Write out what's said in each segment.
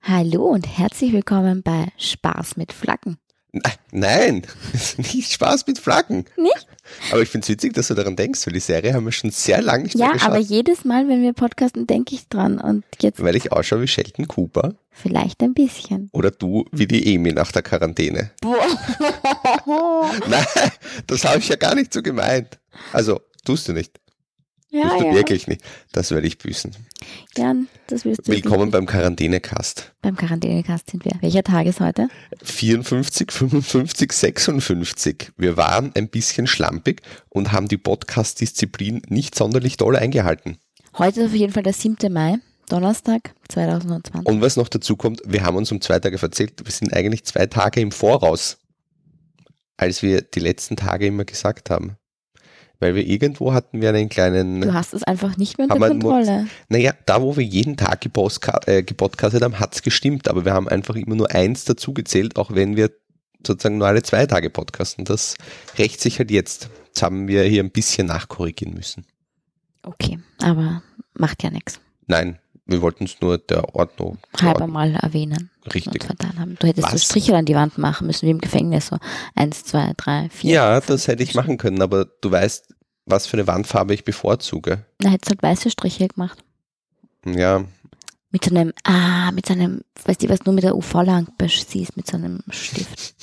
Hallo und herzlich willkommen bei Spaß mit Flaggen. Na- Nein, es ist nicht Spaß mit Flaggen. Nicht? Aber ich finde es witzig, dass du daran denkst, weil die Serie haben wir schon sehr lange nicht Ja, mehr aber geschaut. jedes Mal, wenn wir podcasten, denke ich dran und jetzt Weil ich ausschaue wie Sheldon Cooper vielleicht ein bisschen. oder du wie die Emi nach der Quarantäne. Boah. Nein, das habe ich ja gar nicht so gemeint. Also, tust du nicht. Ja, Tust du ja. wirklich nicht. Das werde ich büßen. Jan, das wirst du. Willkommen beim Quarantänecast. Beim Quarantänecast sind wir. Welcher Tag ist heute? 54, 55, 56. Wir waren ein bisschen schlampig und haben die Podcast-Disziplin nicht sonderlich doll eingehalten. Heute ist auf jeden Fall der 7. Mai, Donnerstag 2020. Und was noch dazu kommt, wir haben uns um zwei Tage verzählt. Wir sind eigentlich zwei Tage im Voraus, als wir die letzten Tage immer gesagt haben. Weil wir irgendwo hatten wir einen kleinen Du hast es einfach nicht mehr Kann unter man ne. nur- Kontrolle. Naja, da wo wir jeden Tag gepostka- äh, gepodcastet haben, hat's gestimmt, aber wir haben einfach immer nur eins dazugezählt, auch wenn wir sozusagen nur alle zwei Tage podcasten. Das rächt sich halt jetzt. Jetzt haben wir hier ein bisschen nachkorrigieren müssen. Okay, aber macht ja nichts. Nein, wir wollten es nur der Ordnung. der Halber Ordnung- mal erwähnen und Richtig. vertan haben. Du hättest so Was? Striche an die Wand machen müssen, wie im Gefängnis. So eins, zwei, drei, vier. Ja, das hätte ich machen können, aber du weißt, was für eine Wandfarbe ich bevorzuge. Da hättest du halt weiße Striche gemacht. Ja, Mit so einem, ah, mit so einem, weißt du, was du nur mit der UV-Lampe siehst, mit so einem Stift.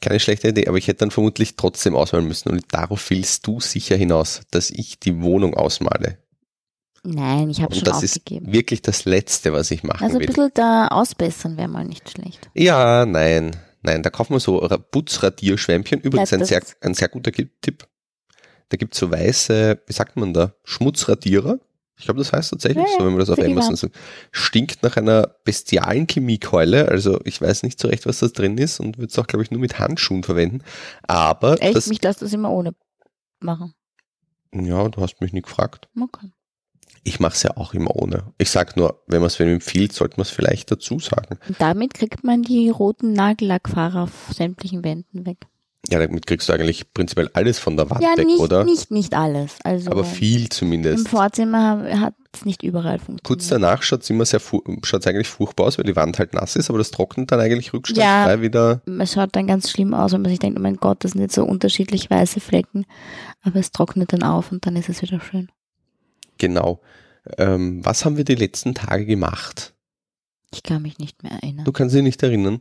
keine schlechte Idee, aber ich hätte dann vermutlich trotzdem ausmalen müssen und darauf willst du sicher hinaus, dass ich die Wohnung ausmale. Nein, ich habe Und schon Oh, das aufgegeben. ist wirklich das Letzte, was ich machen Also ein will. bisschen da ausbessern wäre mal nicht schlecht. Ja, nein, nein, da kaufen wir so Ra- Putzradierschwämmchen. Übrigens Ja, ein das- sehr, ein sehr guter Ki- Tipp. Da gibt's so weiße, wie sagt man da, Schmutzradierer. Ich glaube, das heißt tatsächlich Ja, ja, genau. so, wenn man das auf für die Amazon Wand. sagt. Stinkt nach einer bestialen Chemiekeule. Also ich weiß nicht so recht, was das drin ist und würde es auch, glaube ich, nur mit Handschuhen verwenden. Aber Echt, das, mich lässt das immer ohne machen. ja, du hast mich nicht gefragt. Okay. Ich mache es ja auch immer ohne. Ich sag nur, wenn man es wem empfiehlt, sollte man es vielleicht dazu sagen. Und damit kriegt man die roten Nagellackfahrer auf sämtlichen Wänden weg. Ja, damit kriegst du eigentlich prinzipiell alles von der Wand ja, weg, nicht, oder? nicht, nicht alles. Also Aber viel im zumindest. Vorzimmer hat es nicht überall funktioniert. Kurz danach schaut es immer sehr fu schaut's eigentlich furchtbar aus, weil die Wand halt nass ist, aber das trocknet dann eigentlich rückstandsfrei wieder. Es schaut dann ganz schlimm aus, wenn man sich denkt, oh mein Gott, das sind jetzt so unterschiedlich weiße Flecken. Aber es trocknet dann auf und dann ist es wieder schön. Genau. Ähm, was haben wir die letzten Tage gemacht? Ich kann mich nicht mehr erinnern. Du kannst dich nicht erinnern.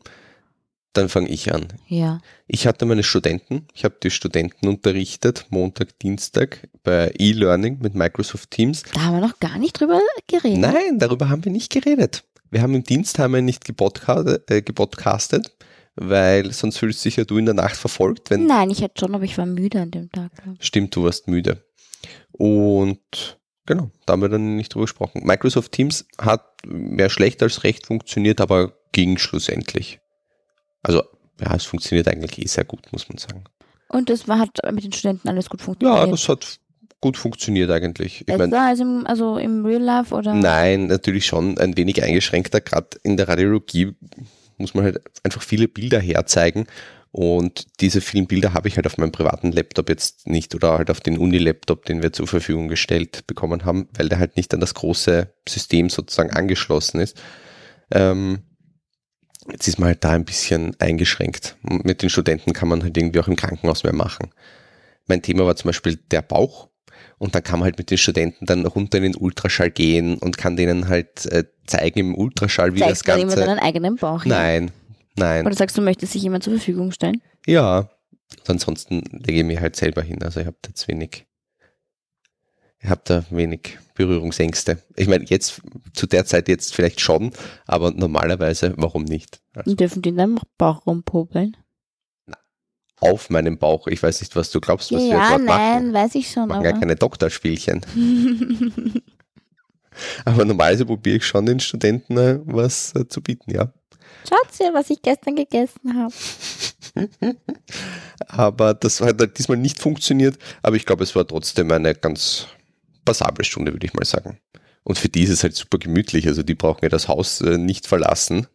Dann fange ich an. Ja. Ich hatte meine Studenten, ich habe die Studenten unterrichtet, Montag, Dienstag bei E-Learning mit Microsoft Teams. Da haben wir noch gar nicht drüber geredet. Nein, darüber haben wir nicht geredet. Wir haben im Dienst haben wir nicht gepodcastet, äh, gepodcastet weil sonst fühlst dich ja du in der Nacht verfolgt, wenn Nein, ich hätte schon, aber ich war müde an dem Tag. glaub ich. Stimmt, du warst müde. Und genau, da haben wir dann nicht drüber gesprochen. Microsoft Teams hat mehr schlecht als recht funktioniert, aber ging schlussendlich. Also, ja, es funktioniert eigentlich eh sehr gut, muss man sagen. Und das war, hat mit den Studenten alles gut funktioniert. Ja, das hat gut funktioniert eigentlich. Ich Besser meine, als im, also im Real Life oder? nein, natürlich schon ein wenig eingeschränkter. Gerade in der Radiologie muss man halt einfach viele Bilder herzeigen. Und diese vielen Bilder habe ich halt auf meinem privaten Laptop jetzt nicht oder halt auf den Uni-Laptop, den wir zur Verfügung gestellt bekommen haben, weil der halt nicht an das große System sozusagen angeschlossen ist. Ähm, jetzt ist man halt da ein bisschen eingeschränkt. Und mit den Studenten kann man halt irgendwie auch im Krankenhaus mehr machen. Mein Thema war zum Beispiel der Bauch. Und dann kann man halt mit den Studenten dann runter in den Ultraschall gehen und kann denen halt äh, zeigen im Ultraschall, wie das Zeigst du immer Ganze. deinen eigenen Bauch? her? Nein, nein. Oder sagst du, möchtest dich jemand zur Verfügung stellen? Ja. Und ansonsten lege ich mir halt selber hin. Also ich habe jetzt wenig, ich habe da wenig Berührungsängste. Ich meine, jetzt zu der Zeit jetzt vielleicht schon, aber normalerweise warum nicht? Also Und dürfen die in deinem Bauch rumpopeln? auf meinem Bauch. Ich weiß nicht, was du glaubst, was wir ja, dort nein, machen. weiß ich schon. Wir machen ja keine Doktorspielchen. Aber normalerweise probiere ich schon den Studenten äh, was äh, zu bieten, ja. Schaut ihr, was ich gestern gegessen habe. Aber das hat halt diesmal nicht funktioniert. Aber ich glaube, es war trotzdem eine ganz passable Stunde, würde ich mal sagen. Und für die ist es halt super gemütlich. Also die brauchen ja das Haus äh, nicht verlassen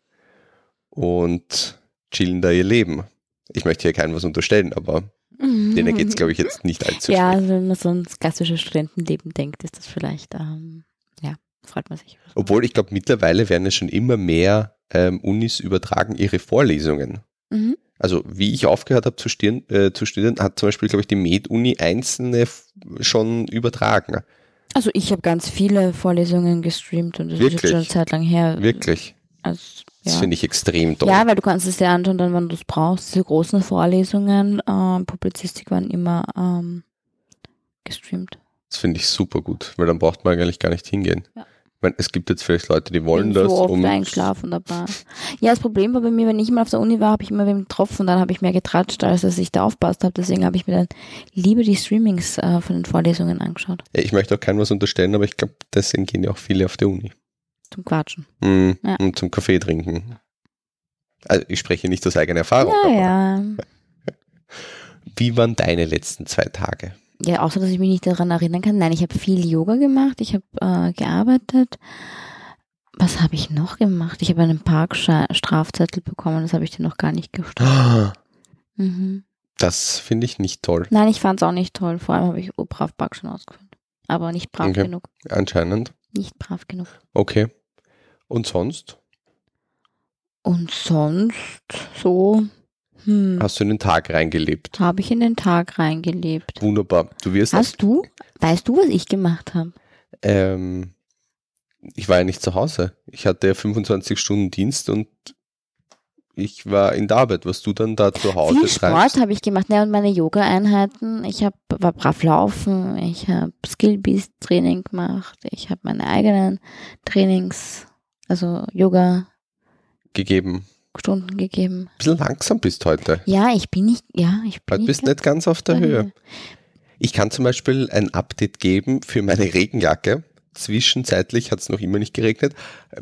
und chillen da ihr Leben. Ich möchte hier keinem was unterstellen, aber denen geht es, glaube ich, jetzt nicht allzu Ja, schlecht. also wenn man so ans klassische Studentenleben denkt, ist das vielleicht, ähm, ja, freut man sich. Obwohl, ich glaube, mittlerweile werden ja schon immer mehr ähm, Unis übertragen ihre Vorlesungen. Mhm. Also wie ich aufgehört habe zu, stirn- äh, zu studieren, hat zum Beispiel, glaube ich, die Med-Uni einzelne f- schon übertragen. Also ich habe ganz viele Vorlesungen gestreamt und das ist jetzt Wirklich? schon eine Zeit lang her. Wirklich. Also, Mhm. Das ja. finde ich extrem toll. ja, weil du kannst es dir anschauen, dann wann du es brauchst. Diese großen Vorlesungen, ähm, Publizistik waren immer ähm, gestreamt. Das finde ich super gut, weil dann braucht man eigentlich gar nicht hingehen. Ja. Ich meine, es gibt jetzt vielleicht Leute, die wollen Bin das. so oft um- eingeschlafen dabei. Ja, das Problem war bei mir, wenn ich mal auf der Uni war, habe ich immer wem getroffen und dann habe ich mehr getratscht, als dass ich da aufpasst habe. Deswegen habe ich mir dann lieber die Streamings äh, von den Vorlesungen angeschaut. Ja, Äh, ich möchte auch keinem was unterstellen, aber ich glaube, deswegen gehen ja auch viele auf der Uni. Zum Quatschen. Mhm. Ja. Und zum Kaffee trinken. Also ich spreche nicht aus eigener Erfahrung. Ja, aber ja. Wie waren deine letzten zwei Tage? Ja, außer dass ich mich nicht daran erinnern kann. Nein, ich habe viel Yoga gemacht, ich habe äh, gearbeitet. Was habe ich noch gemacht? Ich habe einen Parkstrafzettel bekommen, das habe ich dir noch gar nicht gestellt. Mhm. Das finde ich nicht toll. Nein, ich fand es auch nicht toll. Vor allem habe ich brav Park schon ausgefüllt. Aber nicht brav Okay. genug. Anscheinend. Nicht brav genug. Okay. Und sonst? Und sonst so, hm, Hast du in den Tag reingelebt? habe ich in den Tag reingelebt. Wunderbar. Du wirst. Hast du? Weißt du, was ich gemacht habe? Ähm, ich war ja nicht zu Hause. Ich hatte 25 Stunden Dienst und ich war in der Arbeit. Was du dann da zu Hause Viel treibst. Sport habe ich gemacht, ne, und meine Yoga-Einheiten. Ich hab, war brav laufen, ich habe Skillbeast-Training gemacht, ich habe meine eigenen Trainings, also Yoga-Stunden gegeben. gegeben. Ein bisschen langsam bist heute. Ja, ich bin nicht, ja, ich bin Heute bist ganz nicht ganz auf der bei Höhe. mir. Ich kann zum Beispiel ein Update geben für meine Regenjacke. Zwischenzeitlich hat es noch immer nicht geregnet.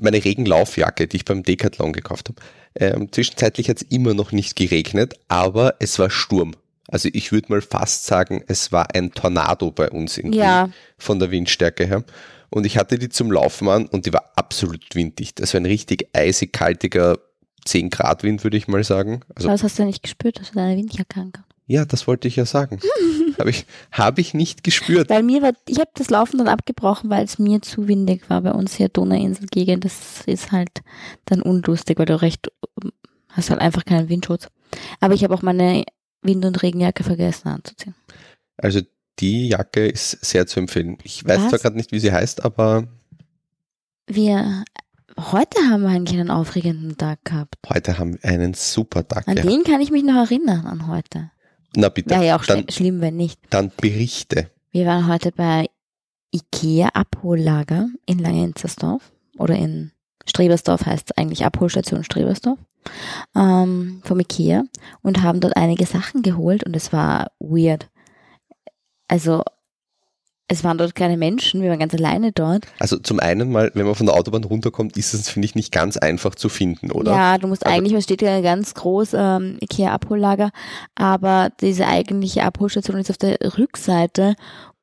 Meine Regenlaufjacke, die ich beim Decathlon gekauft habe. Ähm, zwischenzeitlich hat es immer noch nicht geregnet, aber es war Sturm. Also ich würde mal fast sagen, es war ein Tornado bei uns in Ja. Wien, von der Windstärke her. Und ich hatte die zum Laufen an und die war absolut winddicht. Das war ein richtig eisig kaltiger 10 Grad Wind, würde ich mal sagen. Also Aber Das hast du nicht gespürt, dass du deine Windjacke angehabt hast. ja, das wollte ich ja sagen. habe ich, hab ich nicht gespürt. Weil mir war, ich habe das Laufen dann abgebrochen, weil es mir zu windig war bei uns hier Donauinselgegend. Das ist halt dann unlustig, weil du recht hast halt einfach keinen Windschutz. Aber ich habe auch meine Wind- und Regenjacke vergessen anzuziehen. Also die Jacke ist sehr zu empfehlen. Ich weiß Was? zwar gerade nicht, wie sie heißt, aber Wir, heute haben wir eigentlich einen aufregenden Tag gehabt. heute haben wir einen super Tag An gehabt. den kann ich mich noch erinnern, an heute. Na bitte, Wäre Ah, ja auch dann, schli- schlimm, wenn nicht. dann berichte. Wir waren heute bei IKEA Abhollager in Langenzersdorf oder in Strebersdorf heißt es eigentlich Abholstation Strebersdorf ähm, vom IKEA und haben dort einige Sachen geholt und es war weird. Also es waren dort keine Menschen, wir waren ganz alleine dort. Also zum einen mal, wenn man von der Autobahn runterkommt, ist es, finde ich, nicht ganz einfach zu finden, oder? Ja, du musst Also- eigentlich, es steht ja ganz groß ähm, IKEA Abhollager, aber diese eigentliche Abholstation ist auf der Rückseite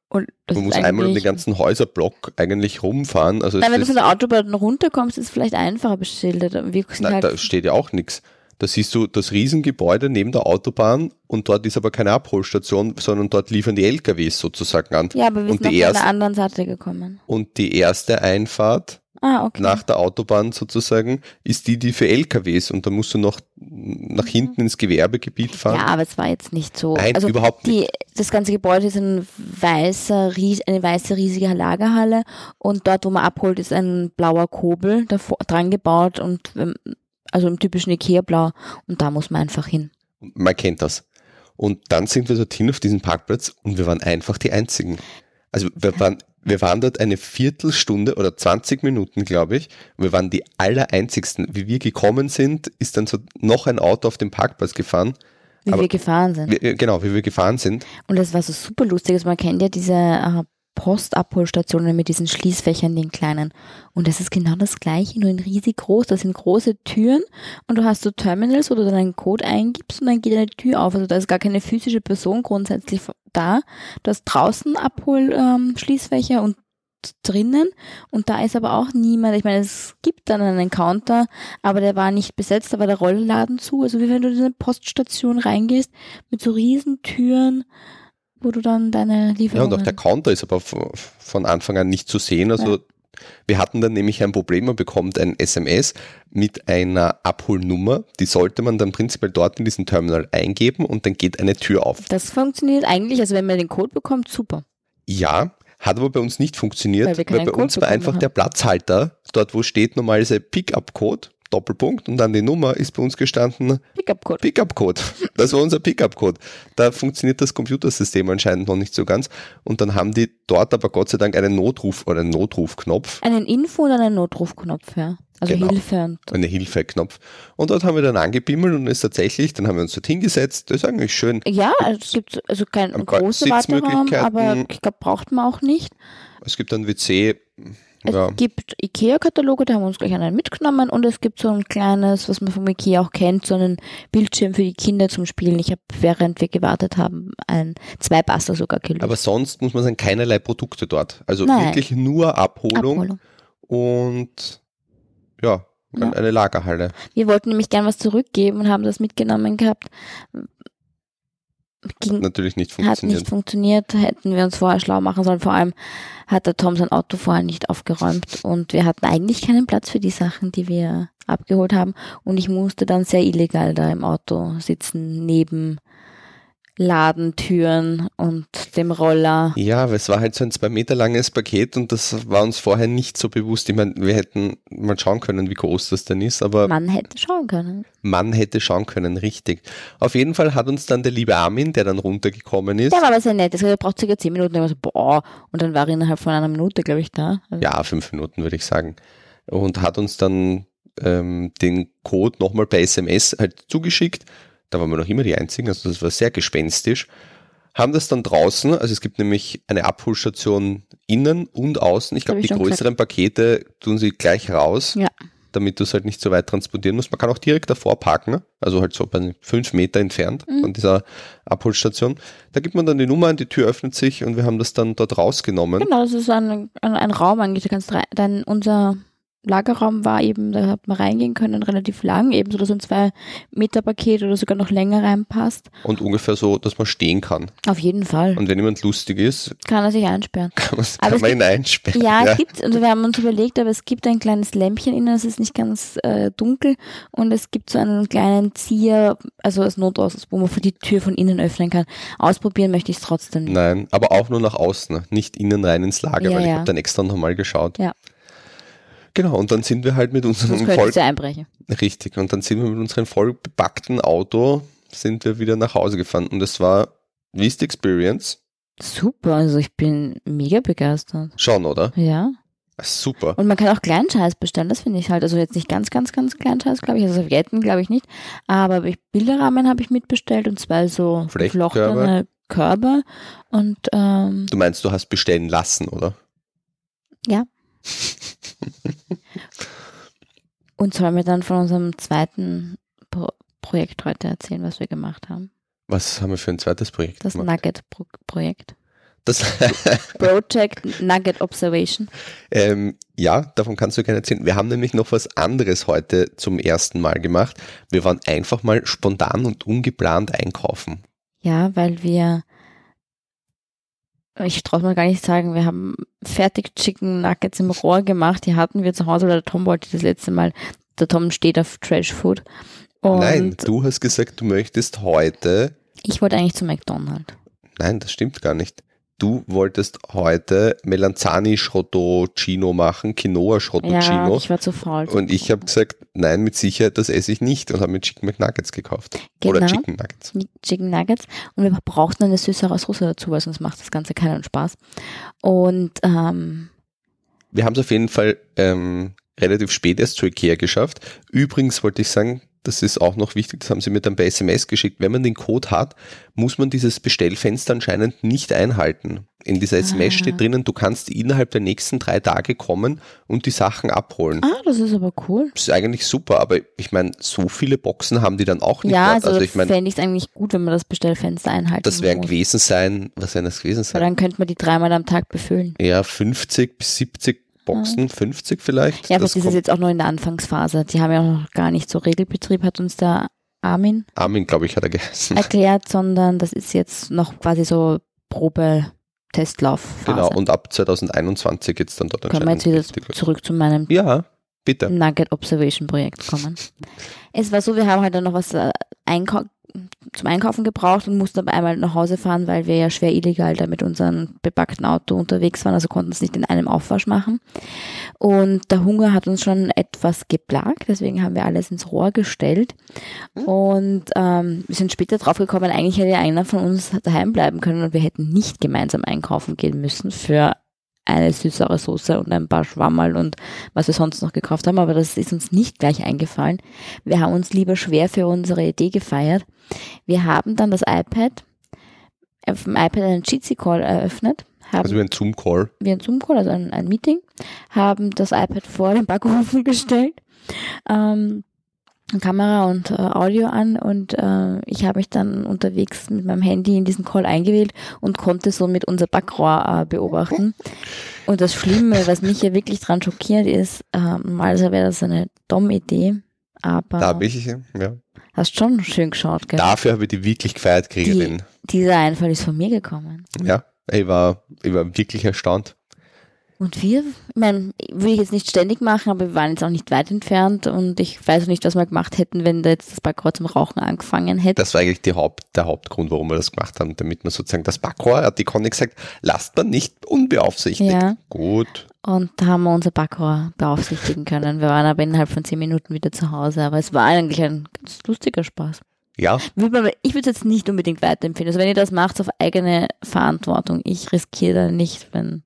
und das ist man muss einmal um den eigentlich- ganzen Häuserblock eigentlich rumfahren. Also es Nein, wenn du von ist, der Autobahn runterkommst, ist es vielleicht einfacher beschildert. aber Wir sind na, halt, da steht ja auch nichts. Da siehst du das Riesengebäude neben der Autobahn und dort ist aber keine Abholstation, sondern dort liefern die LKWs sozusagen an. ja, aber wir und sind auf die der erste- anderen Seite gekommen. Und die erste Einfahrt Ah, okay. nach der Autobahn sozusagen, ist die, die für LKWs und da musst du noch nach hinten ins Gewerbegebiet fahren. ja, aber es war jetzt nicht so. Nein, also überhaupt nicht. die, das ganze Gebäude ist ein weißer, ries, eine weiße riesige Lagerhalle und dort, wo man abholt, ist ein blauer Kobel davor, dran gebaut und ähm, also im typischen Ikea-Blau und da muss man einfach hin. Man kennt das. Und dann sind wir dorthin auf diesen Parkplatz und wir waren einfach die Einzigen. Also wir waren, wir waren dort eine Viertelstunde oder 20 Minuten, glaube ich. Wir waren die Allereinzigsten. Wie wir gekommen sind, ist dann so noch ein Auto auf dem Parkplatz gefahren. Wie Aber- wir gefahren sind. Wir- äh, Genau, wie wir gefahren sind. Und das war so super lustig. Also man kennt ja diese äh, Postabholstationen mit diesen Schließfächern, den kleinen. Und das ist genau das gleiche, nur in riesig groß. Das sind große Türen und du hast so Terminals, wo du dann einen Code eingibst und dann geht eine Tür auf. Also da ist gar keine physische Person grundsätzlich da. Du hast draußen Abholschließfächer ähm, Schließfächer und drinnen und da ist aber auch niemand. Ich meine, es gibt dann einen Counter, aber der war nicht besetzt, da war der Rollladen zu. Also wie wenn du in eine Poststation reingehst mit so riesen Türen, wo du dann deine Ja, Lieferungen... und auch der Counter ist aber v- von Anfang an nicht zu sehen. Also Wir hatten dann nämlich ein Problem, man bekommt ein SMS mit einer Abholnummer, die sollte man dann prinzipiell dort in diesen Terminal eingeben und dann geht eine Tür auf. Das funktioniert eigentlich, also wenn man den Code bekommt, super. Ja, hat aber bei uns nicht funktioniert, Weil weil, wir keinen bei Code uns war bekommen einfach haben. der Platzhalter, dort wo steht normalerweise Pickup-Code, Doppelpunkt und dann die Nummer ist bei uns gestanden Pickup-Code. Pickup-Code. Das war unser Pickup-Code. Da funktioniert das Computersystem anscheinend noch nicht so ganz und dann haben die dort aber Gott sei Dank einen Notruf oder einen Notrufknopf. Einen Info- und einen Notrufknopf, ja. Also Genau. Hilfe und Eine Hilfe-Knopf. Und dort haben wir dann angebimmelt und ist tatsächlich, dann haben wir uns dort hingesetzt. Das ist eigentlich schön. ja, also es gibt also keine Ein paar große Warteraum, aber Sitzmöglichkeiten. ich glaube, braucht man auch nicht. Es gibt ein WC. Es Ja, gibt IKEA-Kataloge, da haben wir uns gleich einen mitgenommen und es gibt so ein kleines, was man vom IKEA auch kennt, so einen Bildschirm für die Kinder zum Spielen. Ich habe, während wir gewartet haben, ein, zwei Buster sogar gelöst. aber sonst muss man sagen, keinerlei Produkte dort. Also Nein. wirklich nur Abholung. Abholung, und ja, Ja. eine Lagerhalle. Wir wollten nämlich gern was zurückgeben und haben das mitgenommen gehabt. Ging, Natürlich nicht hat funktioniert. nicht funktioniert, hätten wir uns vorher schlau machen sollen. Vor allem hat der Tom sein Auto vorher nicht aufgeräumt und wir hatten eigentlich keinen Platz für die Sachen, die wir abgeholt haben. Und ich musste dann sehr illegal da im Auto sitzen, neben Ladentüren und dem Roller. Ja, weil es war halt so ein zwei Meter langes Paket und das war uns vorher nicht so bewusst. Ich meine, wir hätten mal schauen können, wie groß das denn ist, aber Man hätte schauen können. man hätte schauen können, richtig. Auf jeden Fall hat uns dann der liebe Armin, der dann runtergekommen ist, Der war aber sehr nett. Er braucht circa 10 Minuten. Ich war so, boah. Und dann war er innerhalb von einer Minute, glaube ich, da. Also ja, fünf Minuten würde ich sagen, und hat uns dann ähm, den Code nochmal per SMS halt zugeschickt. Da waren wir noch immer die Einzigen, also das war sehr gespenstisch. Haben das dann draußen, also es gibt nämlich eine Abholstation innen und außen. Ich Hab glaube, ich die schon größeren Pakete tun sie gleich raus, Ja. damit du es halt nicht so weit transportieren musst. Man kann auch direkt davor parken, also halt so bei fünf Meter entfernt Mhm. von dieser Abholstation. Da gibt man dann die Nummer an, die Tür öffnet sich und wir haben das dann dort rausgenommen. Genau, das ist ein, ein, ein Raum eigentlich. Du kannst rein, dann unser Lagerraum war eben, da hat man reingehen können, relativ lang, eben so dass ein 2 Meter Paket oder sogar noch länger reinpasst. und ungefähr so, dass man stehen kann. Auf jeden Fall. Und wenn jemand lustig ist, Kann er sich einsperren. kann, man- Aber kann es man gibt- ihn einsperren. Ja, es gibt, und wir haben uns überlegt, aber es gibt ein kleines Lämpchen innen, es ist nicht ganz äh, dunkel und es gibt so einen kleinen Zieher, also als Notaus, wo man die Tür von innen öffnen kann. Ausprobieren möchte ich es trotzdem nicht. Nein, aber auch nur nach außen, ne? nicht innen rein ins Lager, Ja, weil ich ja. habe dann extra nochmal geschaut. Ja. Genau, und dann sind wir halt mit Sonst unserem könnte voll es ja einbrechen. richtig, und dann sind wir mit unserem voll bepackten Auto sind wir wieder nach Hause gefahren und es war wie ist die Experience? Super, also ich bin mega begeistert. Schon, oder? Ja. Super. Und man kann auch Kleinscheiß bestellen, das finde ich halt. Also jetzt nicht ganz, ganz, ganz Kleinscheiß, glaube ich. Also Servietten, glaube ich nicht. Aber ich, Bilderrahmen habe ich mitbestellt und zwei so Flechtkörbe. geflochtene Körbe. Und ähm, Du meinst, du hast bestellen lassen, oder? und soll mir dann von unserem zweiten Pro Projekt heute erzählen, was wir gemacht haben. Was haben wir für ein zweites Projekt? Das gemacht? Nugget-Projekt. das Project Nugget Observation. Ähm, ja, davon kannst du gerne erzählen. Wir haben nämlich noch was anderes heute zum ersten Mal gemacht. Wir waren einfach mal spontan und ungeplant einkaufen. Ja, weil wir, ich traue mir gar nicht sagen, wir haben fertig Chicken Nuggets im Rohr gemacht. Die hatten wir zu Hause, weil der Tom wollte das letzte Mal. Der Tom steht auf Trash Food. Und nein, du hast gesagt, du möchtest heute. ich wollte eigentlich zu McDonald's. Nein, das stimmt gar nicht. Du wolltest heute Melanzani-Schrottocino machen, Ja, Quinoa-Schrottocino. ich war zu faul. und ich habe gesagt, nein, mit Sicherheit, das esse ich nicht und habe mir Chicken McNuggets gekauft. Oder Genau. Chicken Nuggets. Chicken Nuggets und wir brauchten eine süße Soße dazu, weil sonst macht das Ganze keinen Spaß. Und ähm, Wir haben es auf jeden Fall ähm, relativ spät erst zu Ikea geschafft. Übrigens wollte ich sagen, das ist auch noch wichtig, das haben sie mir dann per SMS geschickt. Wenn man den Code hat, muss man dieses Bestellfenster anscheinend nicht einhalten. In dieser SMS Ah. steht drinnen, du kannst innerhalb der nächsten drei Tage kommen und die Sachen abholen. ah, das ist aber cool. Das ist eigentlich super, aber ich meine, so viele Boxen haben die dann auch nicht. Ja, dort. also, ich meine, fände ich es eigentlich gut, wenn man das Bestellfenster einhalten das wären muss. gewesen sein, was wären das gewesen Weil sein? dann könnte man die dreimal am Tag befüllen. Ja, 50 bis 70 Boxen, 50 vielleicht. Ah. Ja, das vielleicht ist es kommt, jetzt auch nur in der Anfangsphase. Die haben ja auch noch gar nicht so Regelbetrieb, hat uns der Armin Armin, glaube ich, hat er geheißen. erklärt, sondern das ist jetzt noch quasi so Probe, Testlauf. Genau, und ab 2021 geht es dann dort Können wir jetzt wieder richtig los. zurück zu meinem Ja, bitte. Nugget Observation Projekt kommen. es war so, wir haben halt dann noch was äh, einkau zum Einkaufen gebraucht und mussten aber einmal nach Hause fahren, weil wir ja schwer illegal da mit unserem bepackten Auto unterwegs waren, also konnten es nicht in einem Aufwasch machen. Und der Hunger hat uns schon etwas geplagt, deswegen haben wir alles ins Rohr gestellt. Und ähm, wir sind später draufgekommen, eigentlich hätte einer von uns daheim bleiben können und wir hätten nicht gemeinsam einkaufen gehen müssen für eine süßere Soße und ein paar Schwammerl und was wir sonst noch gekauft haben, aber das ist uns nicht gleich eingefallen. Wir haben uns lieber schwer für unsere Idee gefeiert. Wir haben dann das iPad, auf dem iPad einen Jitsi-Call eröffnet, haben Also wie ein Zoom-Call. wir einen Zoom-Call, also ein, ein Meeting, haben das iPad vor den Backofen gestellt, ähm, Kamera und äh, Audio an und äh, ich habe mich dann unterwegs mit meinem Handy in diesen Call eingewählt und konnte somit unser Backrohr äh, beobachten. Und das Schlimme, was mich hier wirklich dran schockiert ist, äh, mal wäre das eine Dom-Idee, aber Da habe ich, ja. hast schon schön geschaut, gell? Dafür habe ich die wirklich gefeiert, Kriegerin. Dieser Einfall ist von mir gekommen. Ja, ich war, ich war wirklich erstaunt. Und wir, ich meine, würde ich jetzt nicht ständig machen, aber wir waren jetzt auch nicht weit entfernt und ich weiß auch nicht, was wir gemacht hätten, wenn da jetzt das Balkon zum Rauchen angefangen hätte. Das war eigentlich die Haupt, der Hauptgrund, warum wir das gemacht haben, damit man sozusagen das Backrohr, hat die Conny gesagt, lasst man nicht unbeaufsichtigt. Ja. Gut. Und da haben wir unser Backrohr beaufsichtigen können. Wir waren aber innerhalb von zehn Minuten wieder zu Hause, aber es war eigentlich ein ganz lustiger Spaß. Ja, Würde man aber- Ich würde es jetzt nicht unbedingt weiterempfehlen. Also wenn ihr das macht, auf eigene Verantwortung. Ich riskiere da nicht, wenn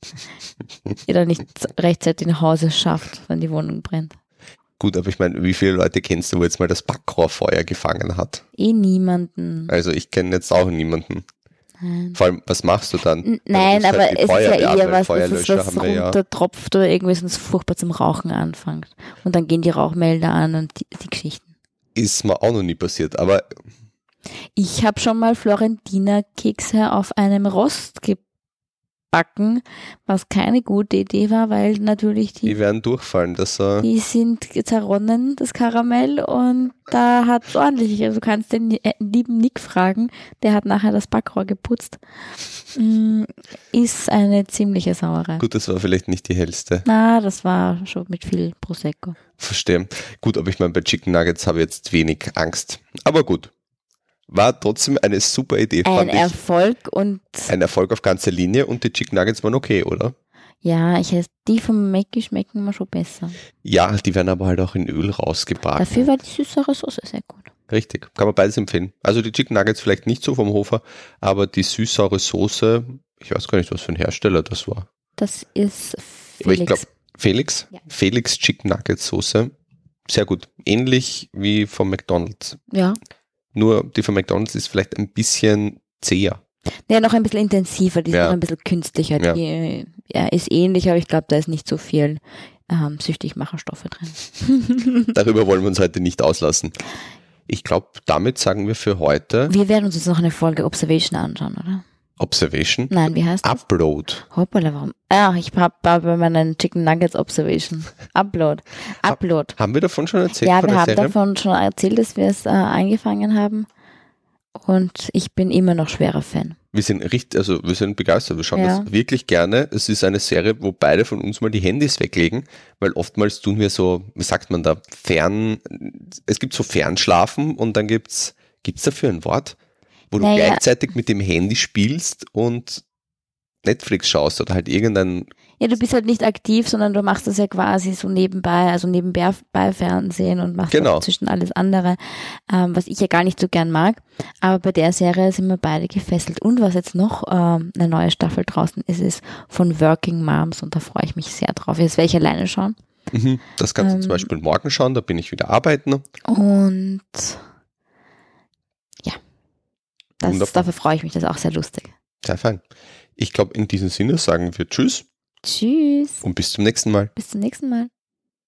ihr da nicht rechtzeitig nach Hause schafft, wenn die Wohnung brennt. gut, aber ich meine, wie viele Leute kennst du, wo jetzt mal das Backrohrfeuer gefangen hat? Eh niemanden. Also ich kenne jetzt auch niemanden. Nein. Vor allem, was machst du dann? N- Dann Nein, rufst aber halt die es ist Feuerwehr ja an, eher was, weil das ist Feuerlöscher was haben wir ja. runtertropft oder irgendwie sonst furchtbar zum Rauchen anfängt. Und dann gehen die Rauchmelder an und die, die Geschichten. Ist mir auch noch nie passiert, aber Ich habe schon mal Florentiner-Kekse auf einem Rost gebacken, was keine gute Idee war, weil natürlich die die, werden durchfallen. Das, äh, die sind zerronnen, das Karamell, und da hat's ordentlich. Also du kannst den äh, lieben Nick fragen, der hat nachher das Backrohr geputzt. Mm, Ist eine ziemliche Sauerei. gut, das war vielleicht nicht die hellste. Na, das war schon mit viel Prosecco. Verstehe. Gut, aber ich meine, bei Chicken Nuggets habe ich jetzt wenig Angst. Aber gut. War trotzdem eine super Idee, Ein fand ich. Erfolg und Ein Erfolg auf ganzer Linie und die Chicken Nuggets waren okay, oder? ja, ich heiße, die vom Mackie schmecken mir schon besser. Ja, die werden aber halt auch in Öl rausgebraten. Dafür war die süßere Soße sehr gut. Richtig, kann man beides empfehlen. Also die Chicken Nuggets vielleicht nicht so vom Hofer, aber die süß-saure Soße, ich weiß gar nicht, was für ein Hersteller das war. Das ist Aber ich Felix. glaub- Felix? Ja. Felix Chicken Nuggets Soße. Sehr gut. Ähnlich wie von McDonald's. Ja. Nur die von McDonald's ist vielleicht ein bisschen zäher. ja, noch ein bisschen intensiver, die ist Ja. noch ein bisschen künstlicher. Ja. Die äh, ja, ist ähnlich, aber ich glaube, da ist nicht so viel ähm, Süchtigmacherstoffe drin. Darüber wollen wir uns heute nicht auslassen. Ich glaube, damit sagen wir für heute Wir werden uns jetzt noch eine Folge Observation anschauen, oder? Observation, Nein, wie heißt das? Upload. Hoppala, warum? Ah, ich hab hab bei meinen Chicken Nuggets Observation. Upload. Upload. Haben wir davon schon erzählt Ja, von wir der haben Serie? davon schon erzählt, dass wir es äh, angefangen haben. Und ich bin immer noch schwerer Fan. Wir sind richtig, also wir sind begeistert. Wir schauen Ja. das wirklich gerne. Es ist eine Serie, wo beide von uns mal die Handys weglegen, weil oftmals tun wir so, wie sagt man da, fern, es gibt so Fernschlafen und dann gibt's, gibt's dafür ein Wort, wo du Naja. gleichzeitig mit dem Handy spielst und Netflix schaust oder halt irgendein, Ja, du bist halt nicht aktiv, sondern du machst das ja quasi so nebenbei, also nebenbei bei Fernsehen und machst Genau. zwischen alles andere, ähm, was ich ja gar nicht so gern mag. Aber bei der Serie sind wir beide gefesselt. Und was jetzt noch ähm, eine neue Staffel draußen ist, ist von Working Moms und da freue ich mich sehr drauf. Jetzt werde ich alleine schauen. mhm, das kannst du Ähm. zum Beispiel morgen schauen, da bin ich wieder arbeiten. Und ja, das, Wunderbar. dafür freue ich mich, das ist auch sehr lustig. Sehr fein. Ich glaube, in diesem Sinne sagen wir Tschüss Tschüss, und bis zum nächsten Mal. bis zum nächsten Mal.